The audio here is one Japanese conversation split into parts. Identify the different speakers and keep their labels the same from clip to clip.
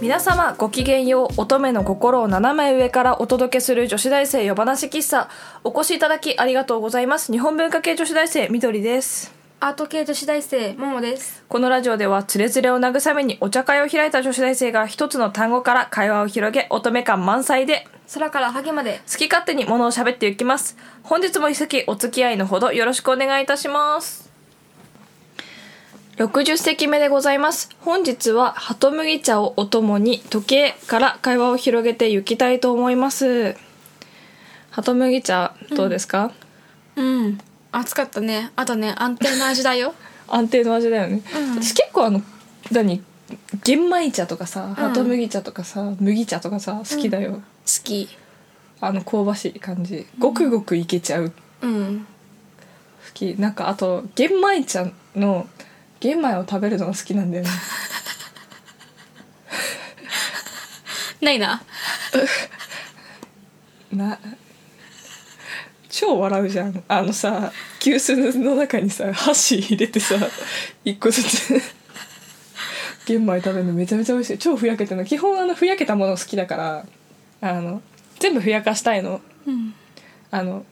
Speaker 1: 皆様ごきげんよう乙女の心を斜め上からお届けする女子大生夜話喫茶お越しいただきありがとうございます日本文化系女子大生みどりです
Speaker 2: アート系女子大生ももです
Speaker 1: このラジオではつれづれを慰めにお茶会を開いた女子大生が一つの単語から会話を広げ乙女感満載で
Speaker 2: 空からハゲまで
Speaker 1: 好き勝手にものを喋っていきます本日も一席お付き合いのほどよろしくお願いいたします60席目でございます本日はハトムギ茶をお供に時計から会話を広げていきたいと思いますハトムギ茶どうですか、
Speaker 2: うん暑かったねあとね安定の味だよ
Speaker 1: 安定の味だよね、
Speaker 2: うん
Speaker 1: 私結構あの何玄米茶とかさハトムギ茶とかさ、麦茶とかさ好きだよ、
Speaker 2: 好き
Speaker 1: あの香ばしい感じごくごくいけちゃう
Speaker 2: うん
Speaker 1: 好きなんかあと玄米茶の玄米を食べるのが好きなんだよね
Speaker 2: ないな
Speaker 1: な超笑うじゃんあのさ急須の中にさ箸入れてさ一個ずつ玄米食べるのめちゃめちゃ美味しい超ふやけてるの基本あのふやけたもの好きだからあの全部ふやかしたいの
Speaker 2: うん
Speaker 1: あの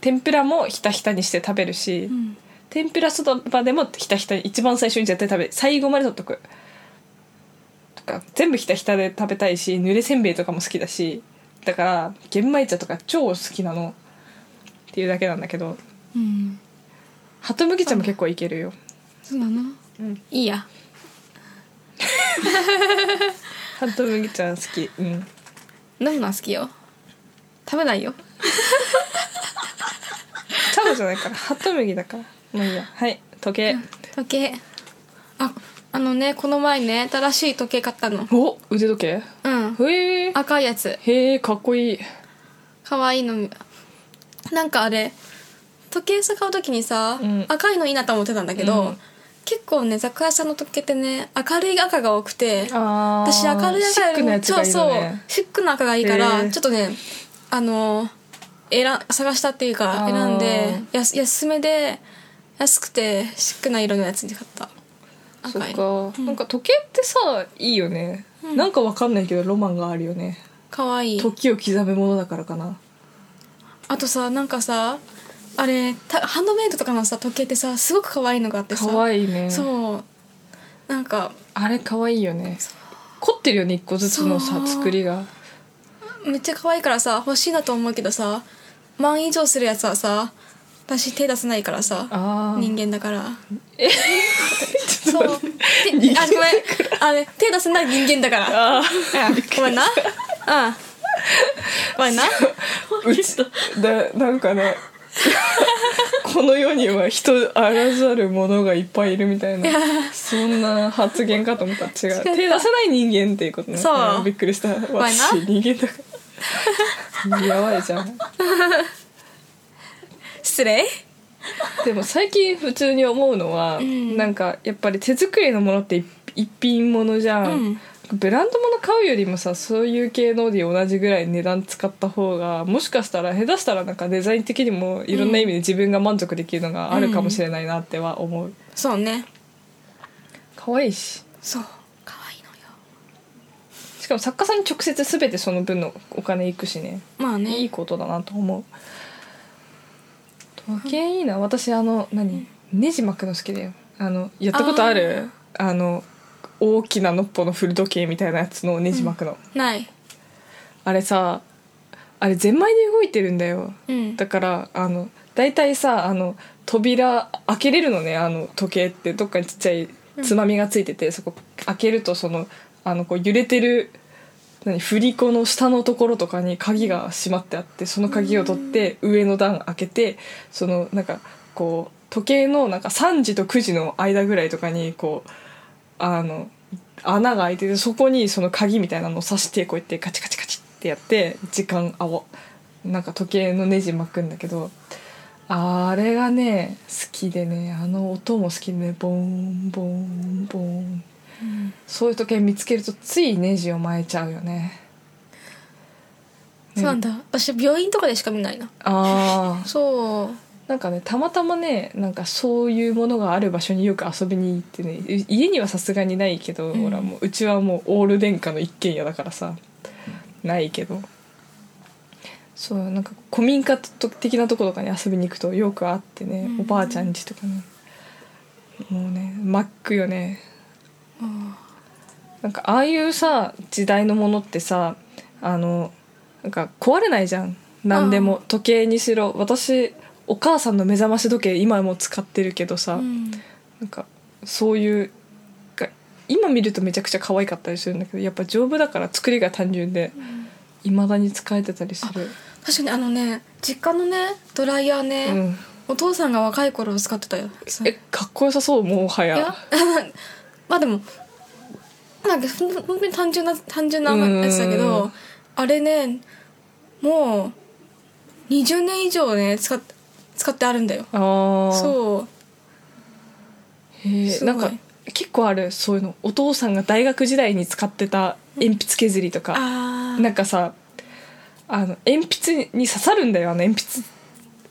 Speaker 1: 天ぷらもひたひたにして食べるし、
Speaker 2: うん
Speaker 1: 天ぷらそばでもひたひたに一番最初に絶対食べ最後まで取っとくとか全部ひたひたで食べたいし濡れせんべいとかも好きだしだから玄米茶とか超好きなのっていうだけなんだけど
Speaker 2: うん
Speaker 1: ハトムギ茶も結構いけるよ
Speaker 2: そうなの
Speaker 1: うん
Speaker 2: いいや
Speaker 1: ハトムギ茶好きうん
Speaker 2: 飲むのは好きよ食べないよ
Speaker 1: 茶葉じゃないからハトムギだからもういいやはい時計
Speaker 2: 時計ああのねこの前ね新しい時計買ったの
Speaker 1: お腕時計
Speaker 2: うん
Speaker 1: へえ
Speaker 2: 赤いやつ
Speaker 1: へえかっこいい
Speaker 2: 可愛いのなんかあれ時計さ買う時にさ、
Speaker 1: うん
Speaker 2: 赤いのいいなと思ってたんだけど、
Speaker 1: うん
Speaker 2: 結構ね雑貨屋さんの時計ってね明るい赤が多くて
Speaker 1: あ
Speaker 2: 私明るい
Speaker 1: シ
Speaker 2: 赤
Speaker 1: ッ
Speaker 2: よ
Speaker 1: ク
Speaker 2: り
Speaker 1: な
Speaker 2: も
Speaker 1: やつがいい
Speaker 2: そ
Speaker 1: よ
Speaker 2: うそう
Speaker 1: ね
Speaker 2: シックな赤がいいから、
Speaker 1: へー
Speaker 2: ちょっとねあのー選ん探したっていうか
Speaker 1: あー
Speaker 2: 選んでやす安めで安くてシックな色のやつに買った
Speaker 1: そ
Speaker 2: 赤いの
Speaker 1: っか、なんか時計ってさいいよね、なんかわかんないけどロマンがあるよね
Speaker 2: 可愛いい
Speaker 1: 時を刻むものだからかな
Speaker 2: あとさなんかさあれたハンドメイドとかのさ時計ってさすごく可愛いのがあってさ
Speaker 1: 可愛いね
Speaker 2: そうなんか
Speaker 1: あれ可愛いよね凝ってるよね一個ずつのさ
Speaker 2: そう
Speaker 1: 作りが
Speaker 2: めっちゃ可愛いからさ欲しいなと思うけどさ万以上するやつはさ私手出せないからさ
Speaker 1: あー
Speaker 2: 人間だから
Speaker 1: ちょ
Speaker 2: そ
Speaker 1: っ
Speaker 2: う
Speaker 1: と 待って
Speaker 2: て
Speaker 1: 人間
Speaker 2: あごめんあれ手出せない人間だから
Speaker 1: あ
Speaker 2: うんごめんなうんごめんな
Speaker 1: ーうちだなんか ねこの世には人あらざるものがいっぱいいるみたいなそんな発言かと思ったら違う
Speaker 2: 違った
Speaker 1: 手出せない人間っていうことね
Speaker 2: そうん
Speaker 1: びっくりした
Speaker 2: な
Speaker 1: 私人間だ からやばいじゃん
Speaker 2: 失礼
Speaker 1: でも最近普通に思うのは、
Speaker 2: ん
Speaker 1: なんかやっぱり手作りのものって一一品物じゃん、ブランド物買うよりもさそういう系ので同じぐらい値段使った方がもしかしたら下手したらなんかデザイン的にもいろんな意味で自分が満足できるのがあるかもしれないなっては思う
Speaker 2: そうね
Speaker 1: 可愛いし
Speaker 2: そう可愛いのよ
Speaker 1: しかも作家さんに直接全てその分のお金いくしね
Speaker 2: まあ
Speaker 1: いい
Speaker 2: ね
Speaker 1: ことだなと思う時計いいな私あの何ネジ巻くの好きだよあのやったことあるあの大きなのっぽの古時計みたいなやつのネジ巻くの、
Speaker 2: ない
Speaker 1: あれさあれゼンマイで動いてるんだよ
Speaker 2: うん
Speaker 1: だからあの大体さあの扉開けれるのねあの時計ってどっかにちっちゃいつまみがついてて、そこ開けるとそのあのこう揺れてる何振り子の下のところとかに鍵が閉まってあってその鍵を取って上の段開けてそのなんかこう時計のなんか3時と9時の間ぐらいとかにこうあの穴が開いててそこにその鍵みたいなのを刺してこうやってカチカチカチってやって時間あおなんか時計のネジ巻くんだけどあれがね好きでねあの音も好きでねボーンボーンボーン
Speaker 2: うん
Speaker 1: そういう時計見つけるとついネジを巻いちゃうよ ね
Speaker 2: そうなんだ私病院とかでしか見ないな
Speaker 1: ああ
Speaker 2: そう
Speaker 1: なんかねたまたまねなんかそういうものがある場所によく遊びに行ってねい家にはさすがにないけど、
Speaker 2: うん
Speaker 1: ほらもううちはもうオール電化の一軒家だからさないけどそうなんか古民家と的なとことかに遊びに行くとよくあってね、
Speaker 2: うん
Speaker 1: おばあちゃん家とかねもうねマックよね
Speaker 2: あ
Speaker 1: なんかああいうさ時代のものってさあのなんか壊れないじゃん何でも時計にしろ私お母さんの目覚まし時計今も使ってるけどさ、
Speaker 2: ーうん
Speaker 1: なんかそういうが今見るとめちゃくちゃ可愛かったりするんだけどやっぱ丈夫だから作りが単純で
Speaker 2: うん
Speaker 1: いまだに使えてたりする、
Speaker 2: 確かにあのね実家のねドライヤーね、
Speaker 1: うん、
Speaker 2: お父さんが若い頃使ってたよ
Speaker 1: えかっこよさそうもはい
Speaker 2: や
Speaker 1: や
Speaker 2: まあでもなんかほん本当に単純な単純な
Speaker 1: うん
Speaker 2: やつだけどあれねもう20年以上ね使っ使ってあるんだよ
Speaker 1: ああ
Speaker 2: そう
Speaker 1: へえ
Speaker 2: す
Speaker 1: な
Speaker 2: ご
Speaker 1: いんか結構あるそういうのお父さんが大学時代に使ってた鉛筆削りとか、
Speaker 2: あー
Speaker 1: なんかさあの鉛筆に刺さるんだよあの鉛筆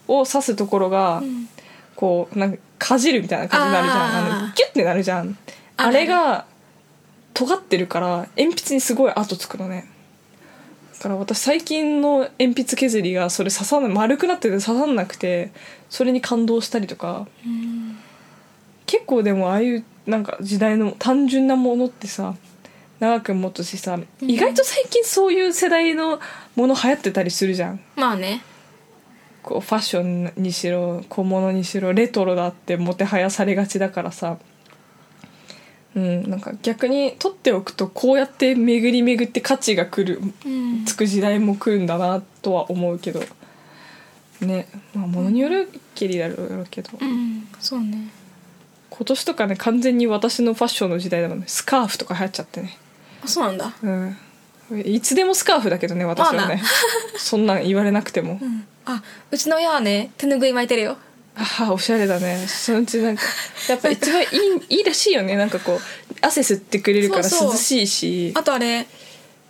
Speaker 1: を刺すところが、
Speaker 2: うん
Speaker 1: こうなんかかじるみたいな感じになるじゃん
Speaker 2: あ
Speaker 1: あ
Speaker 2: ー
Speaker 1: のギュッてなるじゃん
Speaker 2: あ
Speaker 1: あ
Speaker 2: る
Speaker 1: れが尖ってるから鉛筆にすごい跡つくのねだから私最近の鉛筆削りがそれ刺さない丸くなってて刺さんなくてそれに感動したりとか
Speaker 2: うん
Speaker 1: 結構でもああいうなんか時代の単純なものってさ長く持つしさ
Speaker 2: ん
Speaker 1: 意外と最近そういう世代のもの流行ってたりするじゃん
Speaker 2: まあね
Speaker 1: こうファッションにしろ小物にしろレトロだってもてはやされがちだからさうんなんか逆に取っておくとこうやって巡り巡って価値が来る
Speaker 2: うん
Speaker 1: つく時代も来るんだなとは思うけどねまあ物によるけりだろうけど
Speaker 2: うんそうね
Speaker 1: 今年とかね完全に私のファッションの時代だもんねスカーフとか流行っちゃってね
Speaker 2: あそうなんだ
Speaker 1: うんいつでもスカーフだけどね私は
Speaker 2: まあ
Speaker 1: ね
Speaker 2: な
Speaker 1: そんなん言われなくても
Speaker 2: うんあうちの親はね手ぬぐい巻いてるよ
Speaker 1: ああおしゃれだねそのうちなんか やっぱ一番いいいいらしいよねなんかこう汗吸ってくれるから
Speaker 2: そうそう
Speaker 1: 涼しいし
Speaker 2: あとあれ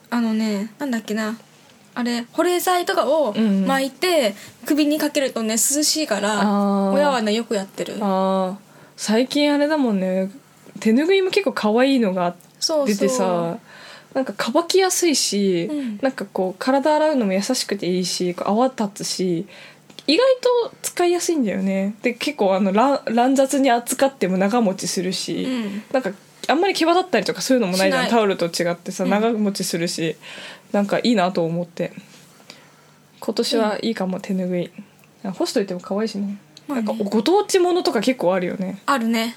Speaker 2: あのねなんだっけなあれ保冷剤とかを
Speaker 1: うんうん
Speaker 2: 巻いて、首にかけるとね涼しいから
Speaker 1: あー
Speaker 2: 親はねよくやってる
Speaker 1: ああ最近あれだもんね手ぬぐいも結構可愛いのが
Speaker 2: そうそう
Speaker 1: 出てさなんか乾きやすいし、
Speaker 2: うん
Speaker 1: なんかこう体洗うのも優しくていいしこう泡立つし意外と使いやすいんだよねで結構あのら乱雑に扱っても長持ちするし、
Speaker 2: うん
Speaker 1: なんかあんまり毛羽立ったりとかそういうのもないじゃ
Speaker 2: し
Speaker 1: ん
Speaker 2: ない
Speaker 1: タオルと違ってさ
Speaker 2: うん
Speaker 1: 長持ちするし、なんかいいなと思って今年はいいかも手ぬぐいあ干しといても可愛いしね、
Speaker 2: まあね
Speaker 1: なんかご当地ものとか結構あるよね
Speaker 2: あるね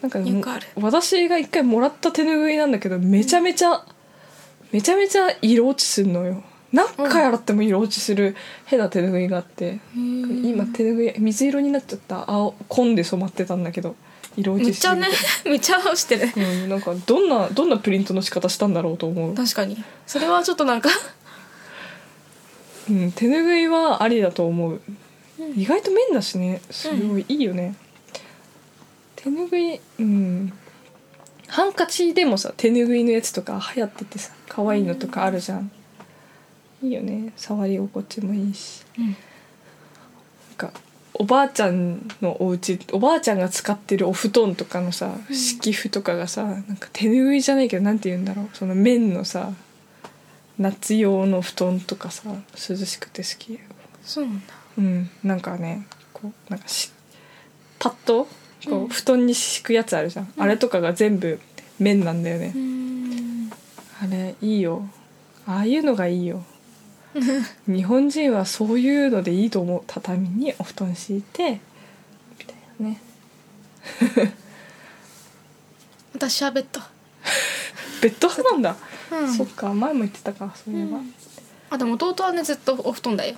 Speaker 1: なんか
Speaker 2: よくある
Speaker 1: 私が一回もらった手ぬぐいなんだけどめちゃめちゃ、めちゃめちゃ色落ちするのよ何回洗っても色落ちする変な手ぬぐいがあって、今手ぬぐい水色になっちゃった青紺で染まってたんだけど色落
Speaker 2: めっ
Speaker 1: ちし
Speaker 2: ち
Speaker 1: す
Speaker 2: ゃ
Speaker 1: ぎ
Speaker 2: ね
Speaker 1: て
Speaker 2: めっちゃしてる
Speaker 1: うん、なんかどんなどんなプリントの仕方したんだろうと思う、
Speaker 2: 確かにそれはちょっとなんか
Speaker 1: うん、手ぬぐいはありだと思う、意外と面だしねすごいいいよね、手ぬぐいうんハンカチでもさ手ぬぐいのやつとか流行っててさ可愛いのとかあるじゃん、いいよね触り心地もいいし
Speaker 2: うん
Speaker 1: なんかおばあちゃんのお家おばあちゃんが使ってるお布団とかのさ敷布とかがさなんか手ぬぐいじゃないけどなんて言うんだろうその綿のさ夏用の布団とかさ涼しくて好き
Speaker 2: そうなんだ
Speaker 1: うんなんかねこうなんかしパッとこう、
Speaker 2: うん
Speaker 1: 布団に敷くやつあるじゃん、
Speaker 2: うん
Speaker 1: あれとかが全部綿なんだよね
Speaker 2: う、ん
Speaker 1: あれいいよああいうのがいい よ日本人はそういうのでいいと思う畳にお布団敷いてみたいなね
Speaker 2: 私はベッド
Speaker 1: ベッド派なんだ、
Speaker 2: うん
Speaker 1: そっか前も言ってたかそういえば、
Speaker 2: うんあでも弟はねずっとお布団だよ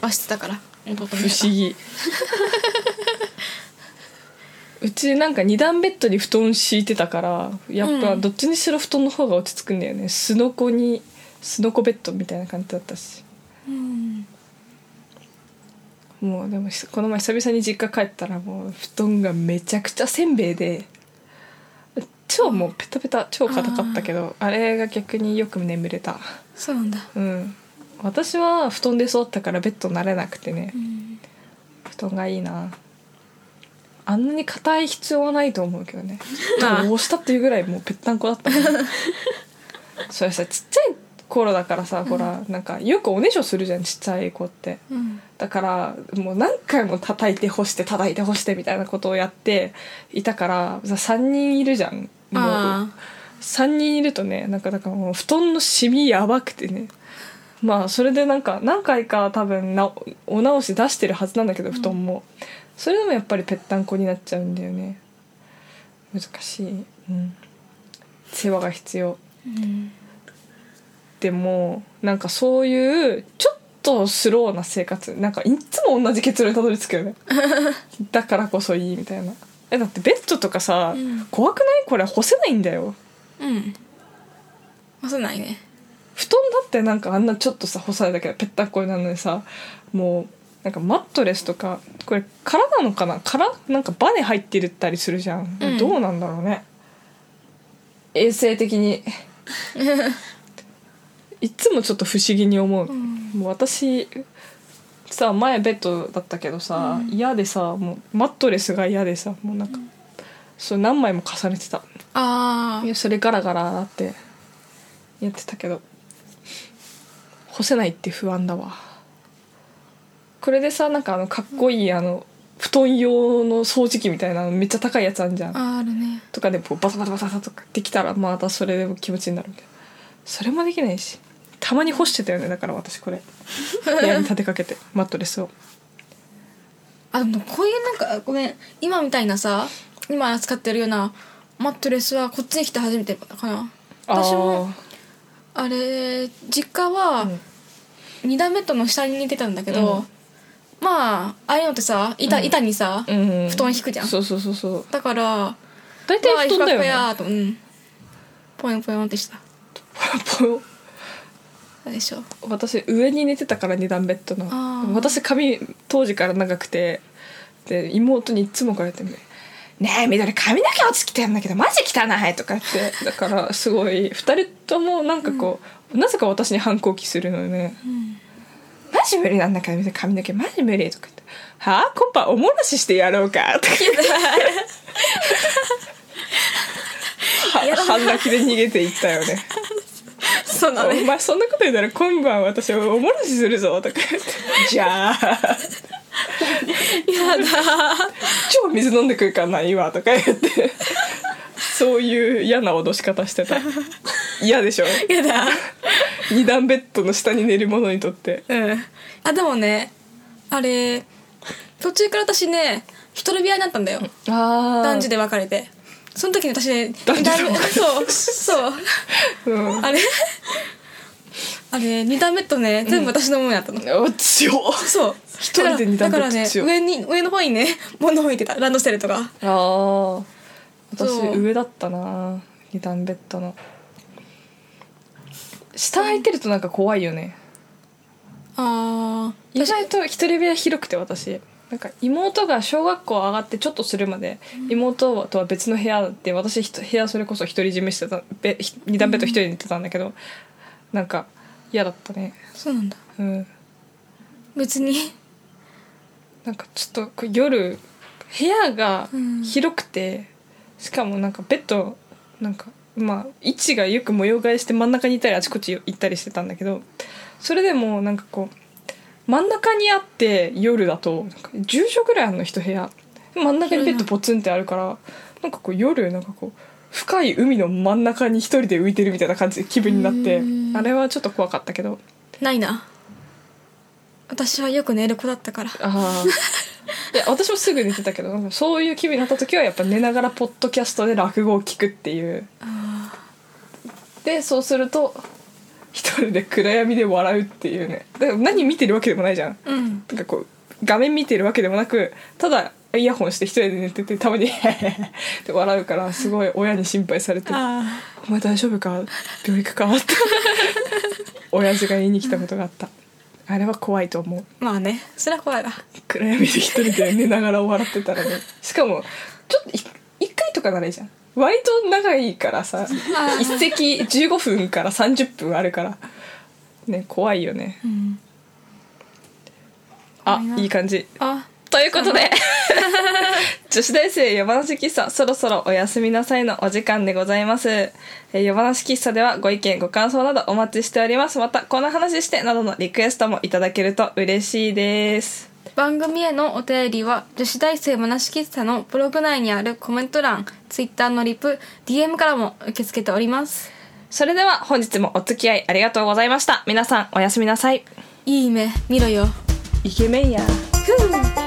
Speaker 2: 和室だから弟
Speaker 1: 不思議うちなんか二段ベッドに布団敷いてたからやっぱ
Speaker 2: うん
Speaker 1: どっちにしろ布団の方が落ち着くんだよね、すのこにすのこベッドみたいな感じだったし
Speaker 2: うん
Speaker 1: もうでもひこの前久々に実家帰ったらもう布団がめちゃくちゃせんべいで超もうペタペタ超硬かったけどあれが逆によく眠れた
Speaker 2: そうなんだ
Speaker 1: うん私は布団で育ったからベッド慣れなくてね、
Speaker 2: うん
Speaker 1: 布団がいいなあんなに硬い必要はないと思うけど ね
Speaker 2: まあ
Speaker 1: どうしたっていうぐらいもうぺったんこだった もんそれさちっちゃい頃だからさほら、なんかよくおねしょするじゃんちっちゃい子って
Speaker 2: うん
Speaker 1: だからもう何回も叩いて干して叩いて干してみたいなことをやっていたから3人いるじゃんもう
Speaker 2: あ
Speaker 1: 3人いるとねなんかだからもう布団のシミやばくてねまあそれでなんか何回か多分なお直し出してるはずなんだけど布団も、それでもやっぱりぺったんこになっちゃうんだよね難しい、うん、世話が必要
Speaker 2: ーうん
Speaker 1: でもなんかそういうちょっとスローな生活なんかいつも同じ結論にたどり着くよ ねだからこそいいみたいなえだってベッドとかさ、
Speaker 2: うん
Speaker 1: 怖くないこれ干せないんだよ
Speaker 2: うん干せないね
Speaker 1: 布団だってなんかあんなちょっとさ干されたけどぺったんこになるのにさもうなんかマットレスとかこれ殻なのかな殻なんかバネ入ってるったりするじゃん、
Speaker 2: うん
Speaker 1: どうなんだろうね衛生的 にいつもちょっと不思議に思う、
Speaker 2: うん
Speaker 1: もう私さ前ベッドだったけどさ、
Speaker 2: うん
Speaker 1: 嫌でさもうマットレスが嫌でさもうなんか、そう何枚も重ねてた
Speaker 2: あ
Speaker 1: いやそれガラガラ洗ってやってたけど干せないって不安だわこれでさなんかあのかっこいいあの布団用の掃除機みたいなのめっちゃ高いやつあんじゃん
Speaker 2: ああるね
Speaker 1: とかでこうバタバタバタバタとかできたらまたそれでも気持ちになるみたいなそれもできないしたまに干してたよねだから私 これ部屋に立てかけてマットレスを
Speaker 2: あでもこういうなんかごめん今みたいなさ今使ってるようなマットレスはこっちに来て初めてかな私もあれ実家
Speaker 1: あ
Speaker 2: は
Speaker 1: ーうん
Speaker 2: 2段ベッドの下に寝てたんだけど、
Speaker 1: うん
Speaker 2: まあああいうのってさ板,、
Speaker 1: うん
Speaker 2: 板にさ、
Speaker 1: うん
Speaker 2: 布団引くじゃん
Speaker 1: そうそうそうそう
Speaker 2: だから
Speaker 1: 大体布団だよね
Speaker 2: まあ、ふわふわやーとうんポヨンポヨンってしたでしょ
Speaker 1: 私上に寝てたから二段ベッド
Speaker 2: あー
Speaker 1: の私髪当時から長くてで妹にいつも怒られてね「ねえ緑髪の毛落ちてきてんだけどマジ汚い!」とか言ってだからすごい二人ともなんかこう、なぜか私に反抗期するのよね
Speaker 2: うん
Speaker 1: 「マジ無理なんだから緑髪の毛マジ無理」とか言って「はあコンパおもらししてやろう か」とか言っては半泣きで逃げていったよね
Speaker 2: そうだ
Speaker 1: お
Speaker 2: ね
Speaker 1: 前そんなこと言ったら今晩私おもらしするぞとか言って「じゃあ
Speaker 2: やだ
Speaker 1: 超水飲んでくるからないわ」とか言ってそういう嫌な脅し方してた嫌でしょ
Speaker 2: ーやだ
Speaker 1: 二段ベッドの下に寝る者にとって
Speaker 2: うんあでもねあれ途中から私ね一人部屋になったんだよ
Speaker 1: あ
Speaker 2: 男女で別れてその時に私ね
Speaker 1: 男女で別れて
Speaker 2: そうそう
Speaker 1: うん
Speaker 2: あれあれ2段ベッドね全部私のものやったの、
Speaker 1: お強っ
Speaker 2: そう
Speaker 1: 一人で二段ベッド
Speaker 2: だからね
Speaker 1: 強い
Speaker 2: 上に上の方にね物置いてたランドセルとか
Speaker 1: ああ私
Speaker 2: そう
Speaker 1: 上だったな二段ベッドの下空いてるとなんか怖いよね
Speaker 2: あー
Speaker 1: 意外と一人部屋広くて私なんか妹が小学校上がってちょっとするまで、妹とは別の部屋で私ひと部屋それこそ独り占めしてたべひ二段ベッド一人で寝てたんだけど、なんか嫌だったね
Speaker 2: そうなんだ
Speaker 1: うん
Speaker 2: 別に
Speaker 1: なんかちょっとこう夜部屋が
Speaker 2: うん
Speaker 1: 広くて、しかもなんかベッドなんかまあ位置がよく模様替えして真ん中にいたりあちこち行ったりしてたんだけどそれでもなんかこう真ん中にあって夜だとなんか10畳ぐらいあるの一部屋真ん中にベッドポツンってあるからなんかこう夜なんかこう深い海の真ん中に一人で浮いてるみたいな感じで気分になって
Speaker 2: うん
Speaker 1: あれはちょっと怖かったけど
Speaker 2: ないな私はよく寝る子だったから
Speaker 1: ああいや私もすぐ寝てたけどなんかそういう気分になった時はやっぱ寝ながらポッドキャストで落語を聞くっていうでそうすると一人で暗闇で笑うっていうねだから何見てるわけでもないじゃん
Speaker 2: うん
Speaker 1: なんかこう画面見てるわけでもなくただイヤホンして一人で寝ててたまに って笑うからすごい親に心配されて
Speaker 2: あ
Speaker 1: 「お前大丈夫か病院行くか?」って親父が言いに来たことがあったあれは怖いと思う
Speaker 2: まあねそれは怖いわ
Speaker 1: 暗闇で一人で寝ながら笑ってたらね しかもちょっとい一回とかならいいじゃん割と長いからさ
Speaker 2: あー
Speaker 1: 一席15分から30分あるからね怖いよね
Speaker 2: うん
Speaker 1: あ
Speaker 2: 怖いない
Speaker 1: い感じ
Speaker 2: あ
Speaker 1: ということで 女子大生夜話喫茶そろそろおやすみなさいのお時間でございます、えー夜話喫茶ではご意見ご感想などお待ちしておりますまたこんな話してなどのリクエストもいただけると嬉しいです
Speaker 2: 番組へのお便りは女子大生むなし喫茶のブログ内にあるコメント欄ツイッターのリプ DM からも受け付けております
Speaker 1: それでは本日もお付き合いありがとうございました皆さんおやすみなさい
Speaker 2: いい目見ろよ
Speaker 1: イケメンや
Speaker 2: ふう